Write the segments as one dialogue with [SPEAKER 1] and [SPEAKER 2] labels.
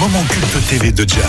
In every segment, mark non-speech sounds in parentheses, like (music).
[SPEAKER 1] moments cultes TV de Jam.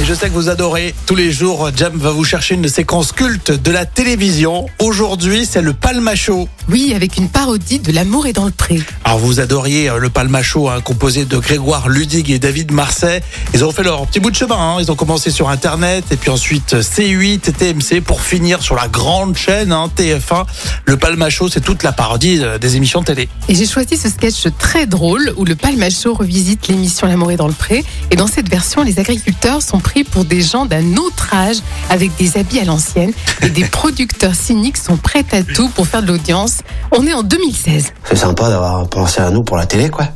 [SPEAKER 2] Et je sais que vous adorez. Tous les jours, Jam va vous chercher une séquence culte de la télévision. Aujourd'hui, c'est le palmacho.
[SPEAKER 3] Oui, avec une parodie de L'amour est dans le pré.
[SPEAKER 2] Alors, vous adoriez euh, le palmacho, hein, composé de Grégoire Ludig et David Marseille. Ils ont fait leur petit bout de chemin. hein. Ils ont commencé sur Internet, et puis ensuite euh, C8 et TMC, pour finir sur la grande chaîne hein, TF1. Le palmacho, c'est toute la parodie euh, des émissions de télé.
[SPEAKER 3] Et j'ai choisi ce sketch très drôle où le palmacho revisite l'émission L'amour est dans le pré. Et dans cette version, les agriculteurs sont pris pour des gens d'un autre âge avec des habits à l'ancienne. Et des producteurs cyniques sont prêts à tout pour faire de l'audience. On est en 2016.
[SPEAKER 4] C'est sympa d'avoir pensé à nous pour la télé, quoi.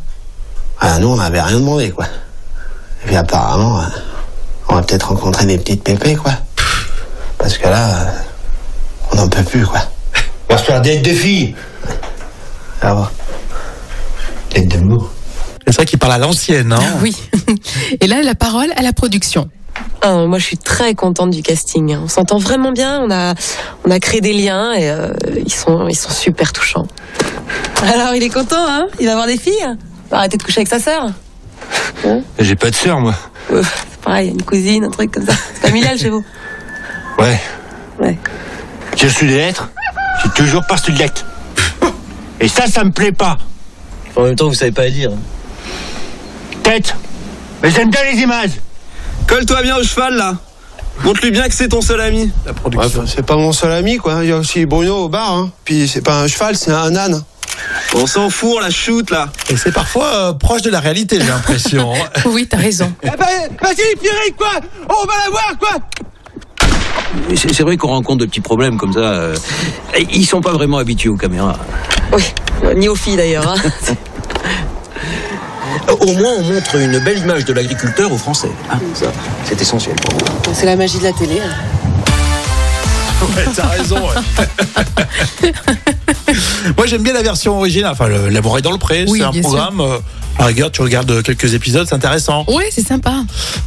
[SPEAKER 4] À nous, on n'avait rien demandé, quoi. Et puis apparemment, euh, on va peut-être rencontrer des petites pépées, quoi. Parce que là, euh, on n'en peut plus, quoi.
[SPEAKER 5] On va se faire des défis.
[SPEAKER 4] Alors,
[SPEAKER 5] Tête de mou.
[SPEAKER 2] C'est vrai qu'ils parlent à l'ancienne. Hein.
[SPEAKER 3] Oui. (laughs) Et là, la parole à la production.
[SPEAKER 6] Ah, moi, je suis très contente du casting. hein. On s'entend vraiment bien. On a, on a créé des liens et euh, ils sont, ils sont super touchants. Alors, il est content, hein Il va avoir des filles. Arrêtez de coucher avec sa sœur.
[SPEAKER 5] Hein J'ai pas de sœur, moi.
[SPEAKER 6] Euh, c'est pareil, une cousine, un truc comme ça. C'est familial chez vous.
[SPEAKER 5] Ouais.
[SPEAKER 6] Ouais.
[SPEAKER 5] J'ai reçu des lettres. J'ai toujours pas reçu de lettres. Et ça, ça me plaît pas.
[SPEAKER 7] En même temps, vous savez pas lire.
[SPEAKER 5] Tête. Mais j'aime bien les images.
[SPEAKER 8] Colle-toi bien au cheval là. Montre-lui bien que c'est ton seul ami.
[SPEAKER 4] c'est pas mon seul ami, quoi. Il y a aussi Bruno au bar, hein. Puis c'est pas un cheval, c'est un âne.
[SPEAKER 8] On s'en fout, on la shoot là.
[SPEAKER 2] Et c'est parfois euh, proche de la réalité, j'ai l'impression. hein.
[SPEAKER 3] Oui, t'as raison.
[SPEAKER 8] Eh ben, Vas-y, Pierrick, quoi On va la voir, quoi
[SPEAKER 7] C'est c'est vrai qu'on rencontre de petits problèmes comme ça. euh, et Ils sont pas vraiment habitués aux caméras.
[SPEAKER 6] Oui, ni aux filles d'ailleurs. hein.
[SPEAKER 7] Euh, Au moins, on montre une belle image de l'agriculteur aux Français. hein. Ça, c'est essentiel. pour moi.
[SPEAKER 6] (laughs) C'est la magie de la télé. hein.
[SPEAKER 2] Ouais, t'as raison. ouais. (laughs) Moi, j'aime bien la version originale. Enfin, le- L'amour est dans le pré,
[SPEAKER 3] Oui,
[SPEAKER 2] c'est un
[SPEAKER 3] bien sûr.
[SPEAKER 2] programme. euh, à la rigueur, tu regardes euh, quelques épisodes, c'est intéressant,
[SPEAKER 3] Oui, c'est sympa.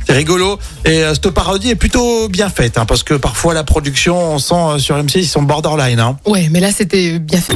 [SPEAKER 2] c'est rigolo. Et euh, cette parodie est plutôt bien faite, hein, parce que parfois la production, on sent euh, sur M6, ils sont borderline. hein.
[SPEAKER 3] Ouais, mais là, c'était bien fait.